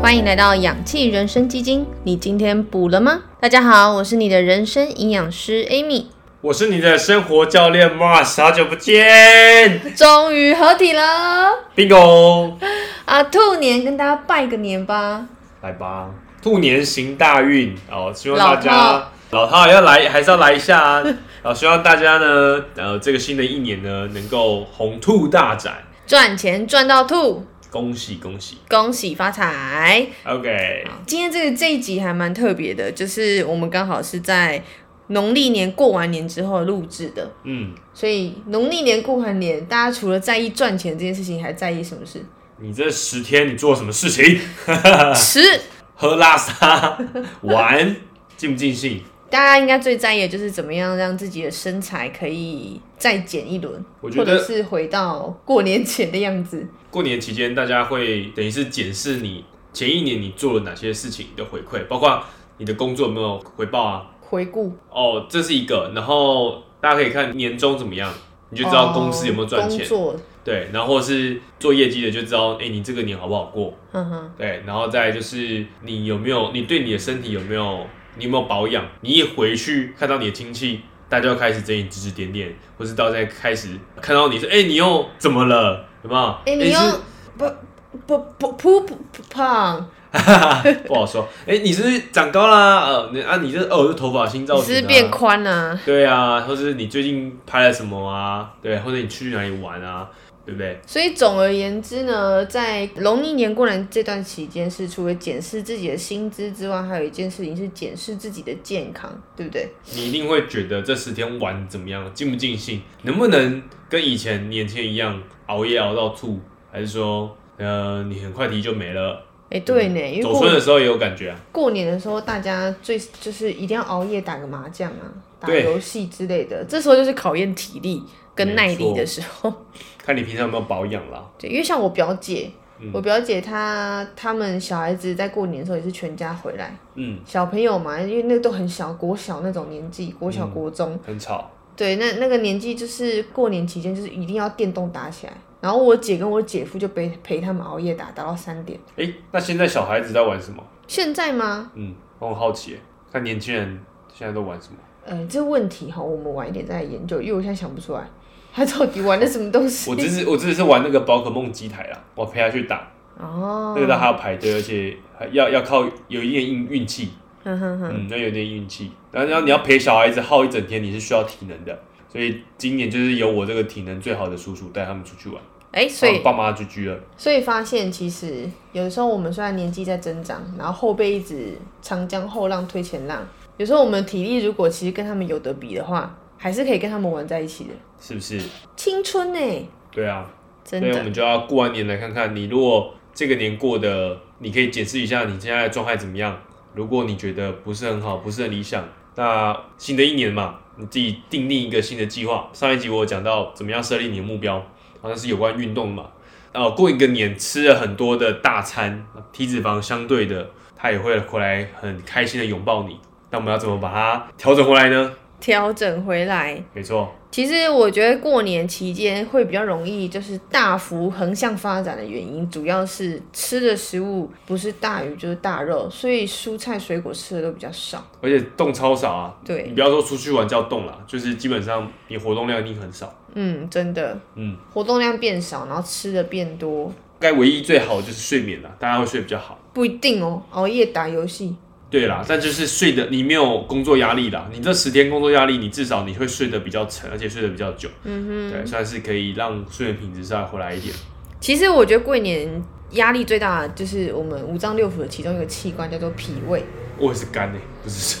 欢迎来到氧气人生基金，你今天补了吗？大家好，我是你的人生营养师 Amy，我是你的生活教练 Mars，好久不见终于合体了，Bingo，啊！兔年跟大家拜个年吧，来吧，兔年行大运哦，希望大老家老套要来还是要来一下啊，哦，希望大家呢，呃，这个新的一年呢能够红兔大展，赚钱赚到吐，恭喜恭喜恭喜发财！ ，OK，今天这个这一集还蛮特别的，就是我们刚好是在农历年过完年之后录制的，嗯，所以农历年过完年，大家除了在意赚钱这件事情，还在意什么事？你这十天你做什么事情？吃。喝拉撒玩，尽不尽兴？大家应该最在意的就是怎么样让自己的身材可以再减一轮，我觉或者得是回到过年前的样子。过年期间，大家会等于是检视你前一年你做了哪些事情的回馈，包括你的工作有没有回报啊？回顾，哦，这是一个。然后大家可以看年终怎么样，你就知道公司有没有赚钱哦工。作，对，然后或是做业绩的就知道，哎、你这个年好不好过？嗯哼，对，然后再来就是你有没有，你对你的身体有没有，你有没有保养？你一回去看到你的亲戚，大家就开始对你指指点点，或是到现在开始看到你说，哎、你又怎么了？有没有？哎、诶你又是不不不不不不胖， 不好说。哎、你是不是长高啦，呃，你啊，你这哦，这头发新造你型、啊，是不是变宽了、对啊，或是你最近拍了什么啊？对，或者你去哪里玩啊？对不对？所以总而言之呢，在农历年过年这段期间，是除了检视自己的薪资之外，还有一件事情是检视自己的健康，对不对？你一定会觉得这十天玩怎么样，尽不尽兴，能不能跟以前年轻人一样熬夜熬到吐，还是说，呃，你很快提就没了？嗯哎、对呢，因为走过春的时候也有感觉啊。过年的时候，大家最就是一定要熬夜打个麻将啊，打对游戏之类的。这时候就是考验体力跟耐力没错的时候。看你平常有没有保养啦。 对，因为像我表姐，嗯我表姐她他们小孩子在过年的时候也是全家回来，嗯，小朋友嘛，因为那都很小，国小那种年纪，国嗯小国中，很吵。对，那那个年纪就是过年期间就是一定要电动打起来。然后我姐跟我姐夫就陪陪他们熬夜打，打到三点。哎、那现在小孩子在玩什么？现在吗？嗯，我很好奇耶，看年轻人现在都玩什么。呃，这问题哈，我们晚一点再来研究，因为我现在想不出来他到底玩的什么东西。 我只是我只是玩那个宝可梦机台啦，我陪他去打，哦那，个他还要排队，而且还要要靠有一点运运气，哼哼哼，嗯，要有点运气。然后然后你要陪小孩子耗一整天，你是需要体能的。所以今年就是由我这个体能最好的叔叔带他们出去玩，哎，所以他们爸妈就居了。所以发现其实有的时候我们虽然年纪在增长，然后后辈一直长江后浪推前浪，有时候我们体力如果其实跟他们有得比的话，还是可以跟他们玩在一起的。是不是？青春呢、对啊，真所以我的们就要过完年来看看你，如果这个年过的，你可以检视一下你现在的状态怎么样。如果你觉得不是很好，不是很理想，那新的一年嘛，你自己定定一个新的计划。上一集我有讲到怎么样设立你的目标，好像是有关运动嘛。呃，过一个年吃了很多的大餐，体脂肪相对的，它也会回来很开心的拥抱你。那我们要怎么把它调整回来呢？调整回来。没错，其实我觉得过年期间会比较容易，就是大幅横向发展的原因，主要是吃的食物不是大鱼就是大肉，所以蔬菜水果吃的都比较少。而且动超少啊，对，你不要说出去玩叫动啦，就是基本上你活动量一定很少。嗯，真的，嗯，活动量变少，然后吃的变多，该唯一最好就是睡眠啦，大家会睡比较好。不一定哦。熬夜打游戏，对啦，但就是睡的你没有工作压力啦，你这十天工作压力，你至少你会睡得比较沉，而且睡得比较久。嗯哼，对，算是可以让睡眠品质上回来一点。其实我觉得过年压力最大的就是我们五脏六腑的其中一个器官叫做脾胃。 我也是干呢、不是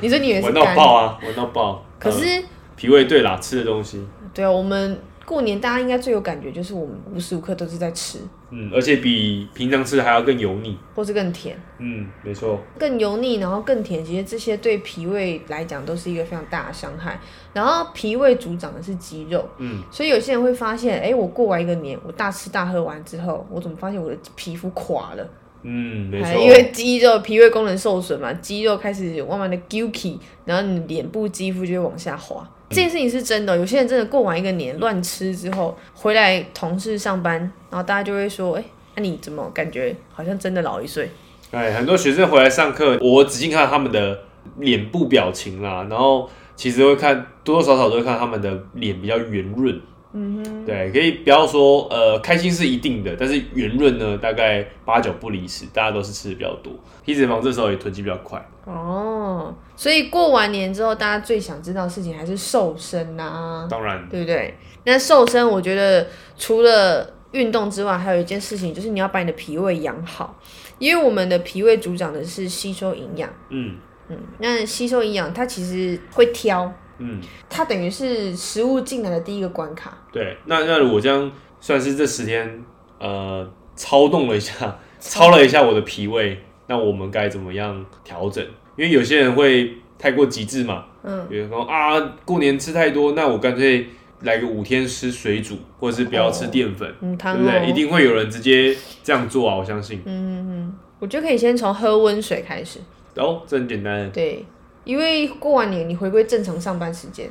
你说你 也是闻到肝？爆啊，闻到爆。可嗯是，脾胃对啦，吃的东西，对啊，我们过年大家应该最有感觉就是我们无时无刻都是在吃，嗯，而且比平常吃的还要更油腻。或是更甜。嗯，没错，更油腻，然后更甜，其实这些对脾胃来讲都是一个非常大的伤害。然后脾胃主长的是肌肉，嗯，所以有些人会发现，哎，我过完一个年，我大吃大喝完之后，我怎么发现我的皮肤垮了？嗯，没哎错，因为肌肉、脾胃功能受损嘛，肌肉开始慢慢的 g u k y 然后你脸部肌肤就会往下滑。这件事情是真的，有些人真的过完一个年乱吃之后，回来同事上班，然后大家就会说，哎、那、你怎么感觉好像真的老一岁？哎，很多学生回来上课，我仔细看他们的脸部表情啦，然后其实会看多多少少都会看他们的脸比较圆润。嗯哼，对，可以不要说呃开心是一定的，但是圆润呢，大概八九不离十，大家都是吃的比较多。皮脂肪这时候也囤积比较快。哦，所以过完年之后，大家最想知道的事情还是瘦身啊，当然，对不对？那瘦身，我觉得除了运动之外，还有一件事情就是你要把你的脾胃养好，因为我们的脾胃主掌的是吸收营养。嗯嗯，那吸收营养它其实会挑，嗯，它等于是食物进来的第一个关卡。对。那那我这样算是这十天呃操动了一下，操了一下我的脾胃，那我们该怎么样调整？因为有些人会太过极致嘛，嗯，有人说啊，过年吃太多，那我干脆来个五天吃水煮，或者是不要吃淀粉，嗯，对汤不哦，对？一定会有人直接这样做啊，我相信。我觉得可以先从喝温水开始，哦，这很简单，对，因为过完年你回归正常上班时间，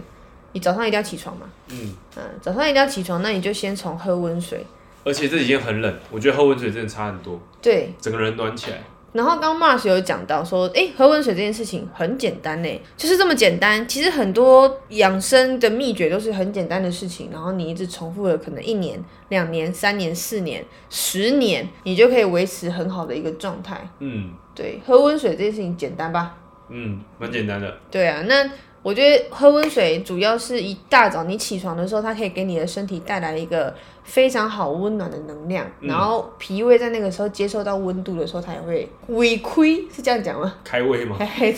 你早上一定要起床嘛，嗯，嗯，早上一定要起床，那你就先从喝温水，而且这几天很冷，我觉得喝温水真的差很多，对。整个人暖起来。然后刚刚 Mars 有讲到说，哎，喝温水这件事情很简单呢，就是这么简单。其实很多养生的秘诀都是很简单的事情，然后你一直重复了可能一年、两年、三年、四年、十年，你就可以维持很好的一个状态。嗯对，喝温水这件事情简单吧？嗯，蛮简单的。对啊，那我觉得喝温水主要是一大早你起床的时候，它可以给你的身体带来一个非常好温暖的能量，嗯然后脾胃在那个时候接受到温度的时候，它也会微亏，是这样 讲吗？开胃嘛，对，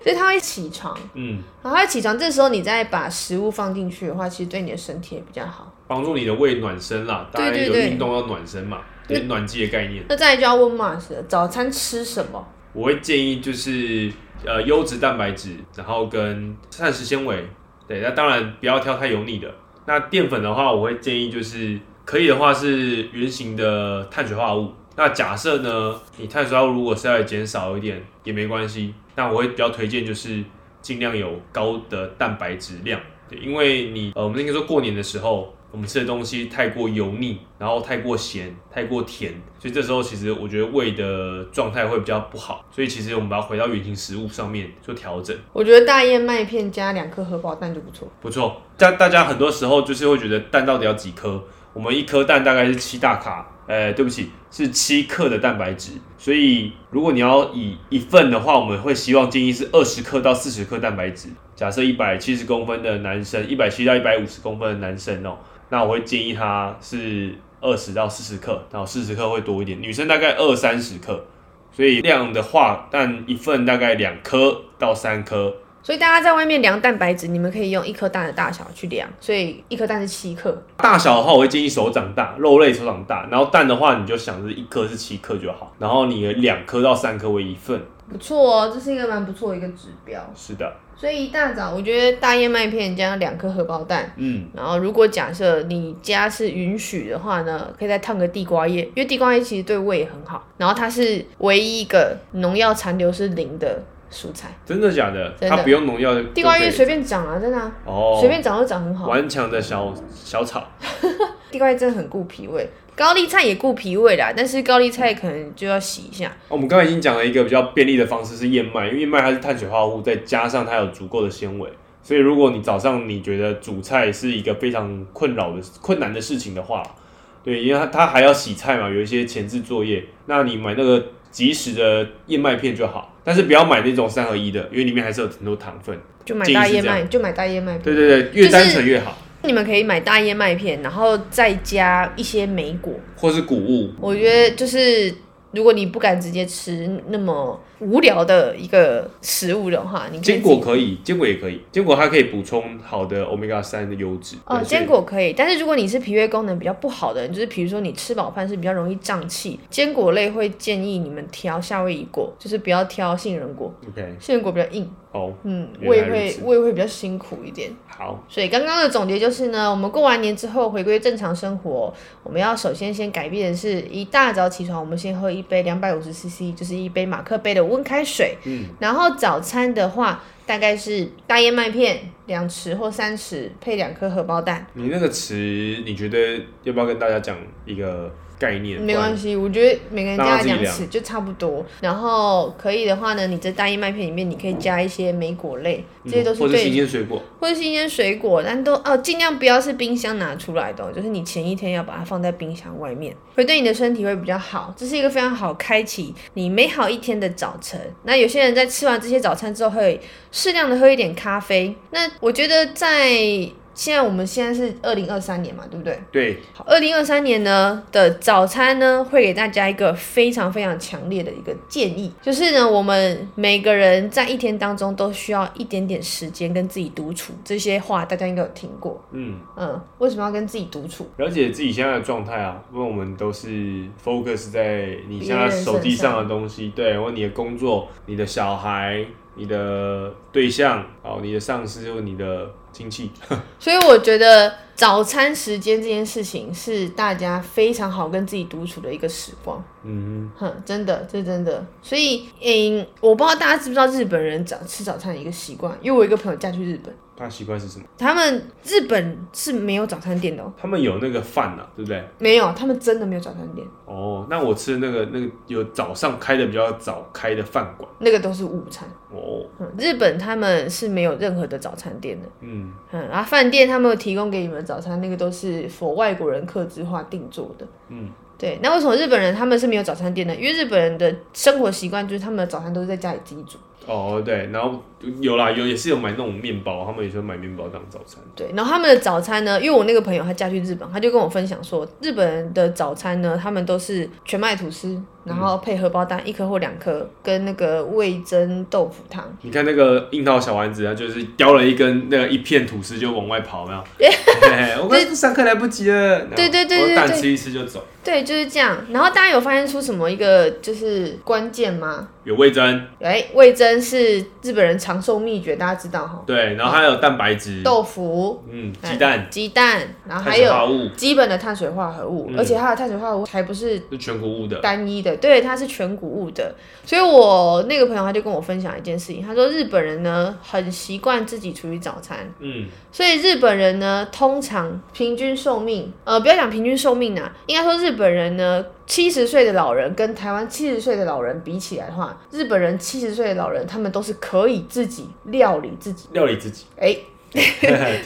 所以它会起床，嗯，然后它起床，这时候你再把食物放进去的话，其实对你的身体也比较好。帮助你的胃暖身啦。当对然对有对运动要暖身嘛，那也暖机的概念。那再来就要问 Mars 了早餐吃什么？我会建议就是呃优质蛋白质，然后跟膳食纤维，对，那当然不要挑太油腻的。那淀粉的话，我会建议就是可以的话是圆形的碳水化合物。那假设呢，你碳水化合物如果稍微减少一点也没关系，那我会比较推荐就是尽量有高的蛋白质量，对，因为你呃我们应该说过年的时候。我们吃的东西太过油腻，然后太过咸，太过甜，所以这时候其实我觉得胃的状态会比较不好，所以其实我们把它回到原型食物上面做调整。我觉得大燕麦片加两颗荷包蛋就不错。不错。但大家很多时候就是会觉得蛋到底要几颗？我们一颗蛋大概是七大卡，呃，对不起，是七克的蛋白质。所以如果你要以一份的话，我们会希望建议是二十克到四十克蛋白质。假设一百七十公分的男生，一百七到一百五十公分的男生哦，那我会建议他是二十到四十克，然后四十克会多一点，女生大概二三十克。所以量的话，但一份大概两颗到三颗，所以大家在外面量蛋白质，你们可以用一颗蛋的大小去量，所以一颗蛋是七克。大小的话，我会建议手掌大，肉类手掌大。然后蛋的话，你就想是一颗是七克就好，然后你的两颗到三颗为一份。不错哦，这是一个蛮不错的一个指标。是的，所以一大早，我觉得大燕麦片加两颗荷包蛋，嗯，然后如果假设你家是允许的话呢，可以再烫个地瓜叶，因为地瓜叶其实对胃也很好。然后它是唯一一个农药残留是零的蔬菜，真的假的？真的它不用农药就地瓜就叶可以随便长啊，真的、啊，哦，随便长都长很好。顽强的小小草，地瓜叶真的很顾脾胃，高丽菜也顾脾胃啦，但是高丽菜可能就要洗一下。哦我们刚才已经讲了一个比较便利的方式是燕麦，因为燕麦它是碳水化合物，再加上它有足够的纤维，所以如果你早上你觉得煮菜是一个非常困扰的困难的事情的话，对，因为它它还要洗菜嘛，有一些前置作业，那你买那个即食的燕麦片就好，但是不要买那种三合一的，因为里面还是有很多糖分。就买大建议燕是这样麦，就买大燕麦片。对对对，越单纯越好，你们可以买大燕麦片，然后再加一些莓果。或是谷物，我觉得就是如果你不敢直接吃那么无聊的一个食物的话，你可以坚果自己可以，坚果也可以，坚果它可以补充好的 omega 三的油脂。哦，对所以坚果可以，但是如果你是脾胃功能比较不好的人，就是比如说你吃饱饭是比较容易胀气，坚果类会建议你们挑夏威夷果，就是不要挑杏仁果， OK，杏仁果比较硬，好，嗯，原胃来如会此胃会比较辛苦一点。好，所以刚刚的总结就是呢，我们过完年之后回归正常生活，我们要首先先改变的是，一大早起床，我们先喝一杯两百五十 CC，就是一杯马克杯的温开水。嗯，然后早餐的话，大概是大燕麦片两匙或三匙，配两颗荷包蛋。你那个词，你觉得要不要跟大家讲一个概念。没关系，系，我觉得每个人让加他自己两量匙就差不多。然后可以的话呢，你在大燕麦片里面，你可以加一些莓果类，这些都嗯或是者新对，鲜水果，或者新鲜水果，但都哦，尽量不要是冰箱拿出来的哦、就是你前一天要把它放在冰箱外面，会对你的身体会比较好。这是一个非常好开启你美好一天的早晨。那有些人在吃完这些早餐之后，会适量的喝一点咖啡。那我觉得在现在我们现在是二零二三年嘛，对不对？对，好，二零二三年呢的早餐呢，会给大家一个非常非常强烈的一个建议，就是呢，我们每个人在一天当中都需要一点点时间跟自己独处。这些话大家应该有听过，嗯，嗯，为什么要跟自己独处？了解自己现在的状态啊，因为我们都是 focus 在你现在手机上的东西，对，或你的工作、你的小孩、你的对象，哦，你的上司或你的亲戚，所以我觉得早餐时间这件事情是大家非常好跟自己独处的一个时光。嗯，哼，真的，这真的。所以，嗯，我不知道大家知不知道日本人早吃早餐的一个习惯，因为我有一个朋友嫁去日本，他习惯是什么？他们日本是没有早餐店的哦、他们有那个饭啊，对不对？没有，他们真的没有早餐店，哦，那我吃的那个那个有早上开的比较早开的饭馆，那个都是午餐。哦，嗯，日本他们是没有任何的早餐店的。嗯，嗯，然后饭店他们有提供给你们早餐，那个都是 for 外国人客制化定做的。嗯，对。那为什么日本人他们是没有早餐店的？因为日本人的生活习惯就是他们的早餐都是在家里自己煮。哦，对，然后有啦，有也是有买那种面包，他们有时候买面包当早餐。对，然后他们的早餐呢，因为我那个朋友他嫁去日本，他就跟我分享说，日本人的早餐呢，他们都是全麦吐司，然嗯后配荷包蛋一颗或两颗，跟那个味增豆腐汤。你看那个樱桃小丸子，它就是叼了一根那个一片吐司就往外跑，有没有？ 嘿嘿我刚上课来不及了。然后对对对我对蛋对吃一吃就走。对，就是这样。然后大家有发现出什么一个就是关键吗？有味增，哎，味增是日本人长寿秘诀，大家知道哈。对，然后还有蛋白质，豆腐、嗯，哎鸡蛋、鸡蛋，然后碳还水有化合物，基本的碳水化合物，嗯而且它的碳水化合物还不是是全谷物的。单一的，对，它是全谷物的。所以我那个朋友他就跟我分享一件事情，他说日本人呢很习惯自己处理早餐，嗯，所以日本人呢，通常平均寿命，呃，不要讲平均寿命啊，应该说日本人呢，七十岁的老人跟台湾七十岁的老人比起来的话，日本人七十岁的老人他们都是可以自己料理自己，料理自己， 哎、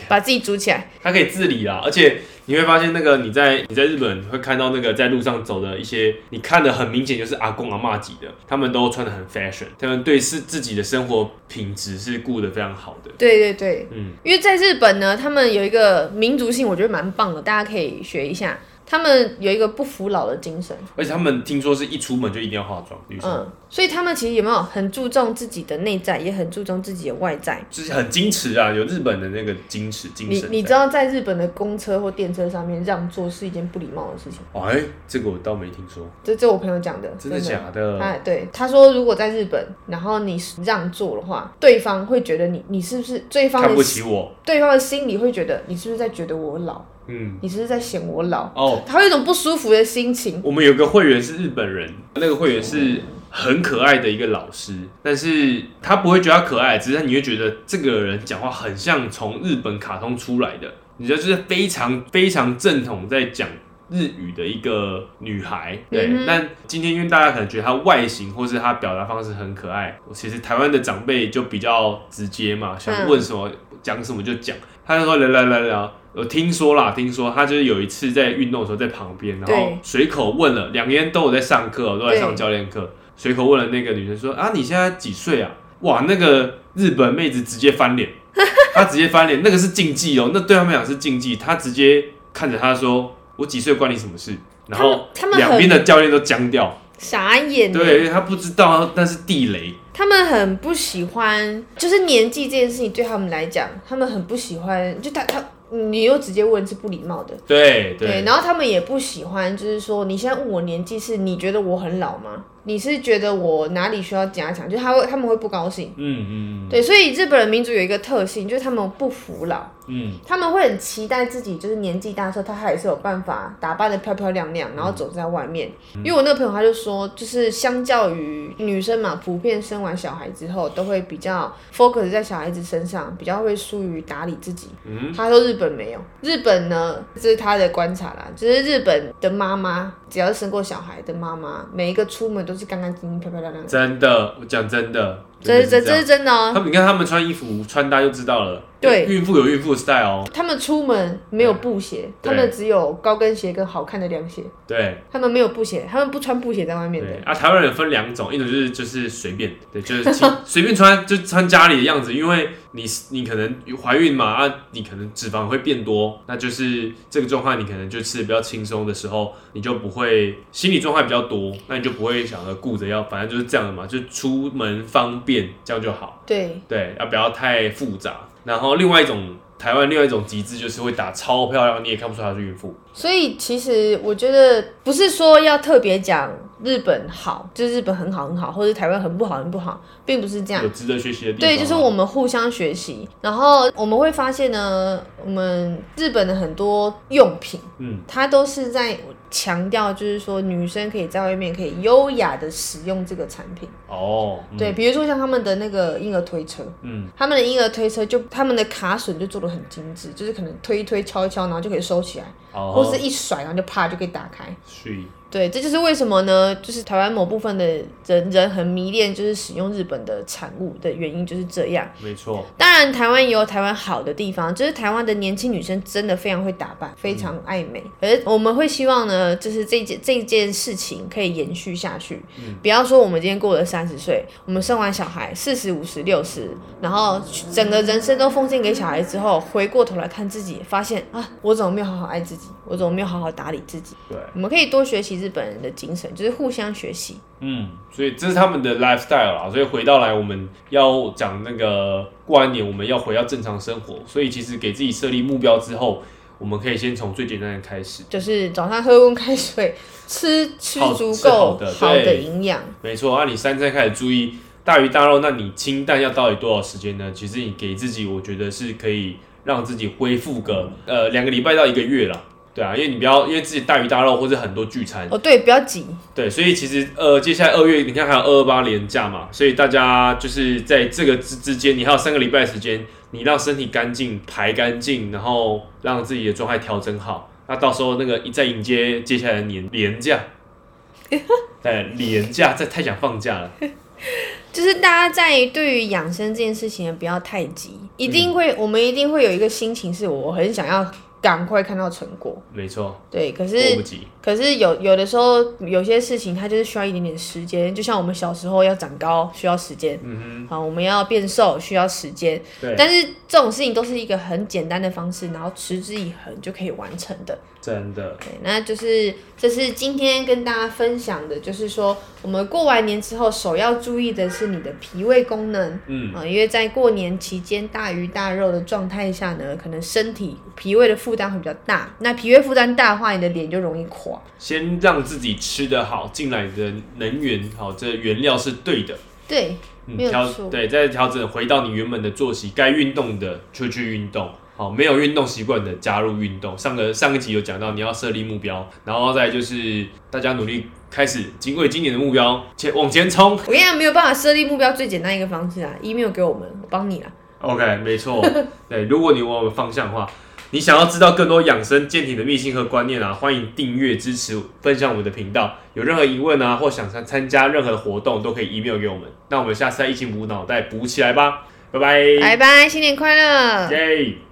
把自己煮起来，它可以自理啊啦。而且你会发现，那个你在你在日本会看到那个在路上走的一些，你看的很明显就是阿公阿嬷级的，他们都穿的很 fashion，他们对是自己的生活品质是顾得非常好的。对对对，嗯，因为在日本呢，他们有一个民族性，我觉得蛮棒的，大家可以学一下，他们有一个不服老的精神。而且他们听说是一出门就一定要化妆，女生。嗯，所以他们其实有没有很注重自己的内在，也很注重自己的外在。就是很矜持啊，有日本的那个矜持精你神在。你知道，在日本的公车或电车上面让座是一件不礼貌的事情，哎、这个我倒没听说，这这我朋友讲的，真的假的？哎，对，他说如果在日本，然后你让座的话，对方会觉得你你是不是对方看不的起我？对方的心里会觉得你是不是在觉得我老，嗯，你是不是在嫌我老，哦，他会有一种不舒服的心情。我们有个会员是日本人，那个会员是很可爱的一个老师，但是他不会觉得他可爱，只是你会觉得这个人讲话很像从日本卡通出来的，你知道，就是非常非常正统在讲。日语的一个女孩，对，嗯哼但今天因为大家可能觉得她外形或是她表达方式很可爱，其实台湾的长辈就比较直接嘛，想问什么讲什么就讲，他就说来来来来，我听说啦，听说他就是有一次在运动的时候在旁边，然后对随口问了，两个人都有在上课哦，都在对上教练课，随口问了那个女生说啊，你现在几岁啊？哇，那个日本妹子直接翻脸，她直接翻脸，那个是禁忌哦，那对他们讲是禁忌，她直接看着他说，我几岁关你什么事？然后他们他们两很边的教练都僵掉，傻眼，对，，因为他不知道那是地雷，他们很不喜欢，就是年纪这件事情对他们来讲，他们很不喜欢，就他他你又直接问是不礼貌的。对对，对，然后他们也不喜欢，就是说你现在问我年纪是，你觉得我很老吗？你是觉得我哪里需要加强？就他会他们会不高兴。嗯嗯对，所以日本人民族有一个特性，就是他们不服老，嗯，他们会很期待自己就是年纪大的时候，他还是有办法打扮的漂漂亮亮，然后走在外面。嗯因为我那个朋友他就说，就是相较于女生嘛，普遍生完小孩之后都会比较 focus 在小孩子身上，比较会疏于打理自己。嗯他说日本没有，日本呢，这是他的观察啦，就是日本的妈妈只要是生过小孩的妈妈，每一个出门都是干干净净、漂漂亮亮的。真的，我讲真的，这是真真的是这样是真的哦、他们你看他们穿衣服穿搭就知道了，对孕妇有孕妇的 style 哦，他们出门没有布鞋，他对们只有高跟鞋跟好看的凉鞋。对他们没有布鞋，他们不穿布鞋在外面对的。啊，台湾人分两种，一种就是就是随便，对，就是轻 随便穿，就穿家里的样子，因为你你可能怀孕嘛啊，你可能脂肪会变多，那就是这个状况，你可能就吃的比较轻松的时候，你就不会心理状态比较多，那你就不会想着顾着要，反正就是这样的嘛，就出门方便，这样就好。对，对，啊，不要太复杂。然后另外一种台湾另外一种极致就是会打超漂亮，你也看不出她是孕妇。所以其实我觉得不是说要特别讲日本好，就是日本很好很好，或者台湾很不好很不好，并不是这样有。值得学习的地方啊。对，就是我们互相学习，然后我们会发现呢，我们日本的很多用品，嗯，它都是在强调，就是说女生可以在外面可以优雅的使用这个产品。哦，嗯对，比如说像他们的那个婴儿推车，嗯，他们的婴儿推车就他们的卡榫就做的很精致，就是可能推一推敲一敲，然后就可以收起来，哦，或是一甩，然后就啪就可以打开。是对，这就是为什么呢？就是台湾某部分的人人很迷恋，就是使用日本的产物的原因就是这样。没错，当然，台湾也有台湾好的地方，就是台湾的年轻女生真的非常会打扮，非常爱美。而我们会希望呢，就是这件这件事情可以延续下去。不要说我们今天过了三十岁，我们生完小孩四十五十六十，然后整个人生都奉献给小孩之后，回过头来看自己，发现啊，我怎么没有好好爱自己？我怎么没有好好打理自己？对，我们可以多学习日本人的精神，就是互相学习。嗯，所以这是他们的 lifestyle 啦。所以回到来，我们要讲那个过完年，我们要回到正常生活。所以其实给自己设立目标之后，我们可以先从最简单的开始。就是早上喝温开水，吃吃好足吃好够的好的对营养。没错，啊那、你三餐开始注意大鱼大肉，那你清淡要到底多少时间呢？其实你给自己，我觉得是可以让自己恢复个呃两个礼拜到一个月啦。对啊，因为你不要因为自己大鱼大肉或者很多聚餐，哦，对，不要急，对，所以其实呃，接下来二月你看还有二二八连假嘛，所以大家就是在这个之之间，你还有三个礼拜的时间，你让身体干净、排干净，然后让自己的状态调整好，那到时候那个一再迎接接下来的年连假，对，连假，这太想放假了。就是大家在对于养生这件事情不要太急，一嗯定会，我们一定会有一个心情是我很想要赶快看到成果，没错，对。可迫是不及。可是有有的时候有些事情它就是需要一点点时间，就像我们小时候要长高需要时间，嗯好，我们要变瘦需要时间哼，，对，但是这种事情都是一个很简单的方式，然后持之以恒就可以完成的。真的，对，那就是这是今天跟大家分享的，就是说我们过完年之后，首要注意的是你的脾胃功能。嗯，啊、因为在过年期间大鱼大肉的状态下呢，可能身体脾胃的负担会比较大。那脾胃负担大的话，你的脸就容易垮。先让自己吃得好，进来的能源好，这原料是对的。对，嗯没有调错对，再调整回到你原本的作息，该运动的就去运动，好，没有运动习惯的加入运动。上个上一集有讲到你要设立目标，然后再就是大家努力开始，经过今年的目标前往前冲。我跟你讲，没有办法设立目标，最简单一个方式啊，email 给我们，我帮你啊。 OK，没错，对，如果你往我们方向的话。你想要知道更多养生健体的秘辛和观念啊，欢迎订阅支持分享我们的频道。有任何疑问啊，或想参参加任何活动，都可以 email 给我们。那我们下次再一起补脑袋补起来吧，拜拜，拜拜，新年快乐！耶。